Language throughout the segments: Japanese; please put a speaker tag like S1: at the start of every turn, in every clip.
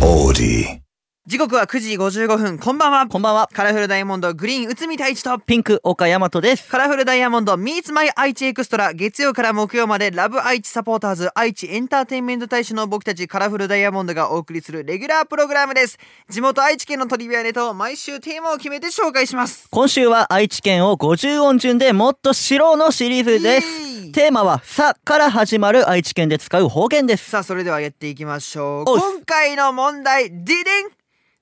S1: City.
S2: 時刻は9時55分、こんばんは。
S3: こんばんは。
S2: カラフルダイヤモンド、グリーン、内海太一と、
S3: ピンク岡大和です。
S2: カラフルダイヤモンド Meets My 愛知エクストラ月曜から木曜までラブ愛知サポーターズ愛知エンターテインメント大使の僕たちカラフルダイヤモンドがお送りするレギュラープログラムです地元愛知県のトリビアネタを毎週テーマを決めて紹介します
S3: 今週は愛知県を50音順でもっと知ろうのシリーズです。
S2: イエーイ
S3: テーマはさから始まる愛知県で使う方言です。
S2: さあそれではやっていきましょう
S3: おっす
S2: 今回の問題ディデン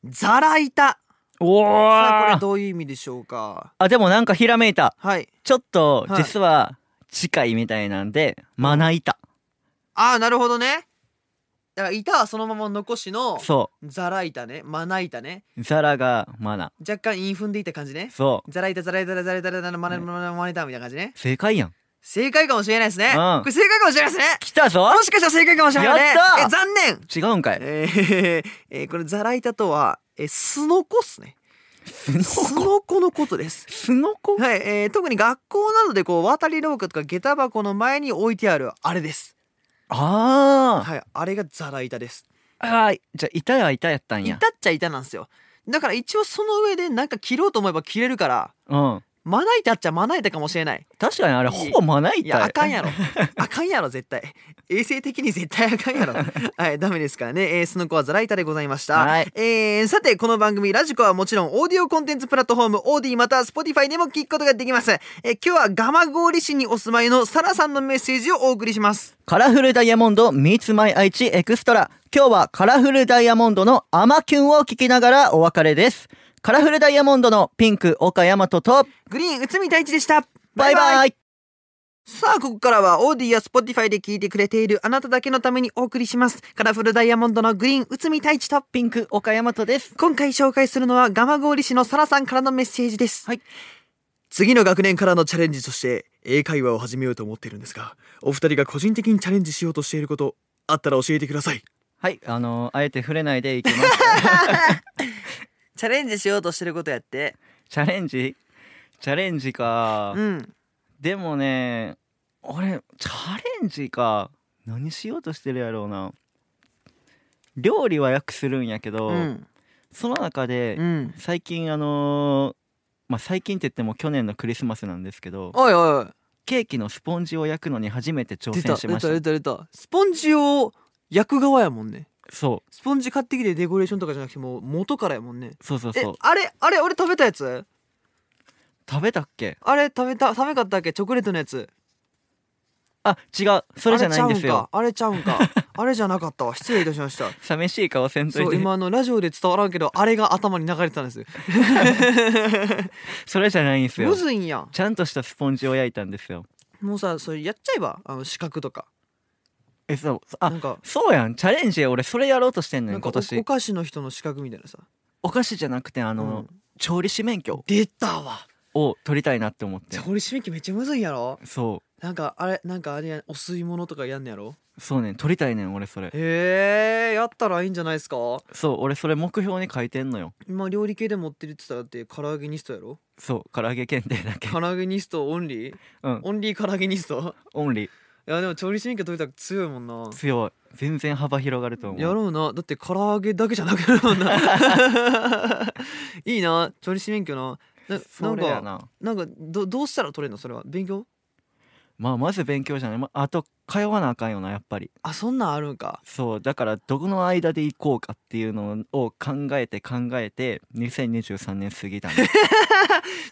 S2: ザラ板
S3: お
S2: さあこれ
S3: ー
S2: どういう意味でしょうか
S3: あ、でもなんかひらめいた。
S2: はい
S3: ちょっと
S2: はい
S3: 実は近いみたいなんで、まな板。
S2: ああなるほどねだから板はそのまま残しの
S3: そ
S2: ザラ板ねまな板ね
S3: う。ザラがマナ。
S2: 若干韻踏んでいった感じね
S3: そう。
S2: ザライタザライタザライタザライタマネマネマネタみたいな感じね。
S3: 正解やん。
S2: 正解かもしれないですね。
S3: うん
S2: これ正解かもしれないですね。
S3: 来たぞ
S2: もしかしたら正解かもしれないね。
S3: やった
S2: え残念。
S3: 違うんかい。
S2: えーえーこれザライタとは、えースノコっすね。スノコのことです。
S3: すのこ
S2: はい、えー特に学校などでこう渡り廊下とか下駄箱の前に置いてあるあれです。
S3: あ
S2: はい、あれがザライタです。
S3: ー。あーじゃあ板や板やったん
S2: 板
S3: や
S2: っ。ちゃ板なんですよ。だから一応その上でなんか切ろうと思えば切れるから、
S3: うん。
S2: まな板っちゃまな板かもしれない。
S3: 確かにあれほぼまない板
S2: やあかんやろあかんやろ絶対衛生的に絶対あかん やろはいダメですからね、えー、スノコはザライタでございました、
S3: はい
S2: えーさてこの番組ラジコはもちろんオーディオコンテンツプラットフォームオーディまたは Spotify でも聞くことができます、えー今日は蒲郡市にお住まいのサラさんのメッセージをお送りします
S3: カラフルダイヤモンド Meets My 愛知エクストラ。今日はカラフルダイヤモンドのアマキュンを聞きながらお別れです。カラフルダイヤモンドのピンク岡山とと、
S2: グリーン内海太一でした
S3: バイバイ
S2: さあ、ここからは、オーディやスポティファイで聞いてくれているあなただけのためにお送りします。カラフルダイヤモンドのグリーン、内海太一と、
S3: ピンク岡山とです。
S2: 今回紹介するのは蒲郡市のサラさんからのメッセージです、
S3: はい
S2: 次の学年からのチャレンジとして英会話を始めようと思っているんですがお二人が個人的にチャレンジしようとしていることあったら教えてください
S3: はい、あのーあえて触れないでいきます。
S2: チャレンジしようとしてることやって
S3: チャレンジチャレンジか
S2: う。ん
S3: でもね、俺、チャレンジか。何しようとしてるやろうな。料理はよくするんやけど、
S2: うん
S3: その中で、
S2: うん
S3: 最近あのーまあ最近って言っても去年のクリスマスなんですけど
S2: おいおいおい
S3: ケーキのスポンジを焼くのに初めて挑
S2: 出た
S3: 戦し
S2: 出
S3: ま
S2: た
S3: し
S2: 出
S3: た
S2: た出たスポンジを焼く側やもんね
S3: そ
S2: スポンジ買ってきてデコレーションとかじゃなくてもう元からやもんね
S3: うそうそう
S2: え
S3: そう
S2: あれあれ俺食べたやつ
S3: 食べたっけ
S2: あれ食べた食べかったっけチョコレートのやつ
S3: あ違うそれじゃないんですよ
S2: あれちゃうんかあれちゃうんかあれじゃなかったわ失礼いたしました
S3: 寂しい顔せんと い
S2: そう
S3: て
S2: 今あのラジオで伝わらんけどあれが頭に流れてたんですよ
S3: それじゃないんですよ
S2: むずいんやん
S3: ちゃんとしたスポンジを焼いたんですよ
S2: もうさそれやっちゃえばあの資格とか
S3: えそう
S2: な
S3: あ
S2: んか
S3: そうやんチャレンジ俺それやろうとしてんね
S2: なん
S3: ん
S2: か
S3: 今
S2: おお
S3: 年
S2: 菓子の人の資格みたいなさ
S3: お菓子じゃなくてあ
S2: う
S3: の
S2: ん
S3: 調理師免許
S2: 出たわ
S3: を取りたいなって思って
S2: じゃあ俺締め切りめっちゃむずいんやろ
S3: そ
S2: なんかあれなんかあれやお吸い物とかやんねやろ
S3: うそうねん取りたいねん俺それ
S2: へえやったらいいんじゃないですか
S3: そう俺それ目標に書いてんのよ
S2: 今料理系で持ってるって言ったらだって唐揚げニストやろ
S3: そう唐揚げ検定だけ
S2: 唐揚げニストオンリー
S3: うん
S2: オンリー唐揚げニスト
S3: オンリ
S2: いやでも調理師免許取れたら強いもんな
S3: ー強い全然幅広がると思う
S2: やろうなだって唐揚げだけじゃなくなるもん ないいな調理師免許ななな
S3: そ
S2: ん
S3: れや
S2: か
S3: な
S2: なんかどどうしたら取れるのそれは勉強
S3: まあまず勉強じゃない、まあ、あと通わなあかんよなやっぱり
S2: あそんなんあるんか
S3: そうだからどこの間で行こうかっていうのを考えて考えて2023年過ぎ たんで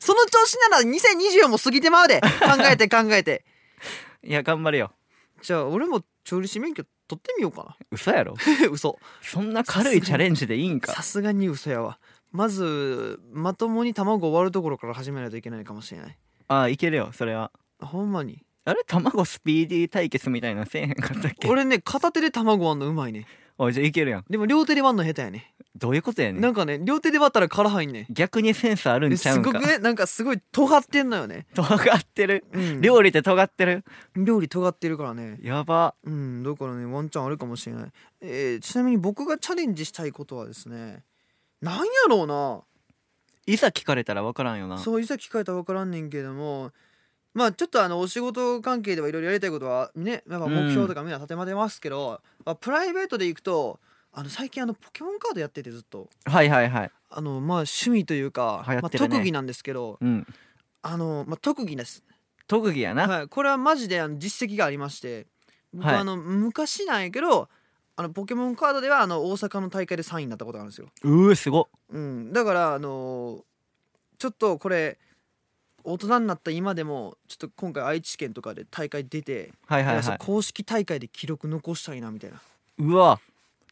S2: その調子なら2024も過ぎてまうで考え て考えて
S3: いや頑張れよ
S2: じゃあ俺も調理師免許取ってみようか
S3: 嘘やろ
S2: な嘘
S3: そんな軽いチャレンジでいいん
S2: さ
S3: か
S2: すがに嘘やわまずまともに卵を割るところから始めないといけないかもしれない
S3: ああいけるよそれは
S2: あほんまに
S3: あれ卵スピーディー対決みたいなのせえへんかったっけ
S2: 俺ね片手で卵割るのうまいね
S3: おいじゃあいけるやん
S2: でも両手で割るの下手やね
S3: どういうことやね
S2: なんんかね両手で割ったら殻入んね
S3: 逆にセンスあるんちゃ
S2: す
S3: うん
S2: ご
S3: か
S2: くねなんかすごい尖ってんのよね、
S3: 尖ってる
S2: うん、
S3: 料理って尖ってる
S2: 料理尖ってるからね
S3: やば
S2: うんだからねワンチャンあるかもしれない、えーちなみに僕がチャレンジしたいことはですねなんやろうない
S3: ざ聞かれたらわからんよな
S2: そういざ聞かれたら分からんねんけどもまあちょっとあのお仕事関係ではいろいろやりたいことはねやっぱ目標とかみんな立てまてますけど、まあ、プライベートで行くとあの最近あのポケモンカードやっててずっと
S3: はいはいはい。
S2: あのまあ趣味というか、
S3: 流行
S2: まあ、
S3: ってるね
S2: 特技なんですけど
S3: うん。
S2: あの、まあ、特技です、
S3: 特技やな。
S2: はい、これはマジであの実績がありまして僕
S3: はい
S2: はあの、昔なんやけどあのポケモンカードではあの大阪の大会で3位になったことがあるんですよ、
S3: うーすごっ。
S2: うん、だからあのーちょっとこれ大人になった今でもちょっと今回愛知県とかで大会出て、
S3: はいはい
S2: なんか
S3: は。
S2: そう公式大会で記録残したいなみたいない
S3: うわ。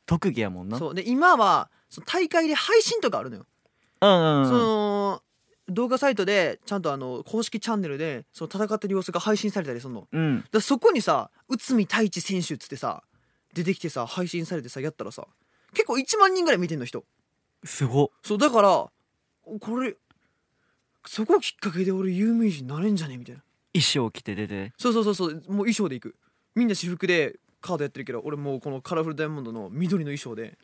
S3: 特技やもんな。
S2: そうで今はその大会で配信とかあるのよ、
S3: うんうん
S2: そ
S3: うん。
S2: の動画サイトでちゃんとあの公式チャンネルでその戦ってる様子が配信されたりするのだか
S3: うん。
S2: らそこにさ内海太一選手っつってさ出てきてさ配信されてさやったらさ結構1万人ぐらい見てんの人
S3: すごっ。
S2: そうだからこれそこきっかけで俺有名人になれんじゃねみたいな
S3: 衣装着て出て。
S2: そうそうそうそうもう衣装で行くみんな私服でカードやってるけど俺もうこのカラフルダイヤモンドの緑の衣装で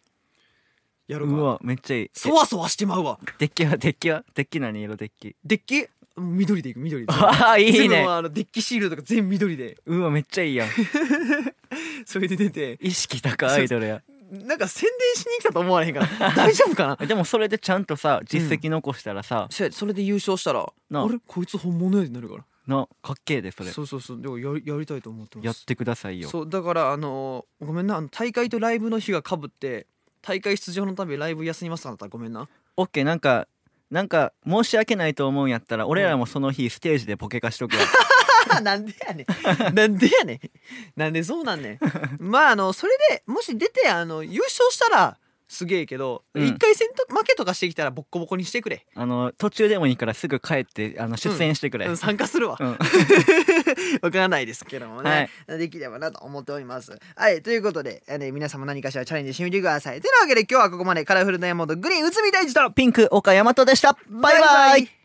S2: やる
S3: う
S2: わ
S3: わ、めっちゃいい。
S2: そわそわしてまうわ
S3: デッキはデッキはデッキ何色デッキ。
S2: デッキ緑で行く緑で
S3: ああ、いい
S2: 全部
S3: ね
S2: もう。あのデッキシールとか全部緑で
S3: うわ、めっちゃい いやん。
S2: それで出て
S3: 意識高アイドルや。
S2: なんか宣伝しに来たと思われへんから大丈夫かな
S3: でもそれでちゃんとさ、実績残したらさ、
S2: そやそれで優勝したら
S3: なあ
S2: あれこいつ本物やでなるから
S3: な、かっけえで、それ。
S2: そうそうそうでもやりやりたいと思ってます
S3: やってくださいよ。
S2: そうだからあのーごめんなあの大会とライブの日がかぶって大会出場のためライブ休みますかあなったらごめん な
S3: オッケー、なんか、なんか、申し訳ないと思うんやったら、俺らもその日ステージでポケ化しとくわ。
S2: なんでやねん なんでやねんなんでそうなんね んまああのそれでもし出てあの優勝したらすげえけど、
S3: うん
S2: 一回戦と負けとかしてきたらボッコボコにしてくれ、
S3: あの、途中でもいいからすぐ帰って、あの、出演してくれ。
S2: うん参加するわ
S3: うん
S2: わからないですけどもね、できればなと思っております。はい、ということで、えーね、皆さんも何かしらチャレンジしてみてください。というわけで今日はここまでカラフルダイヤモンドグリーン内海大地と
S3: ピンク岡大和でした。バイバイ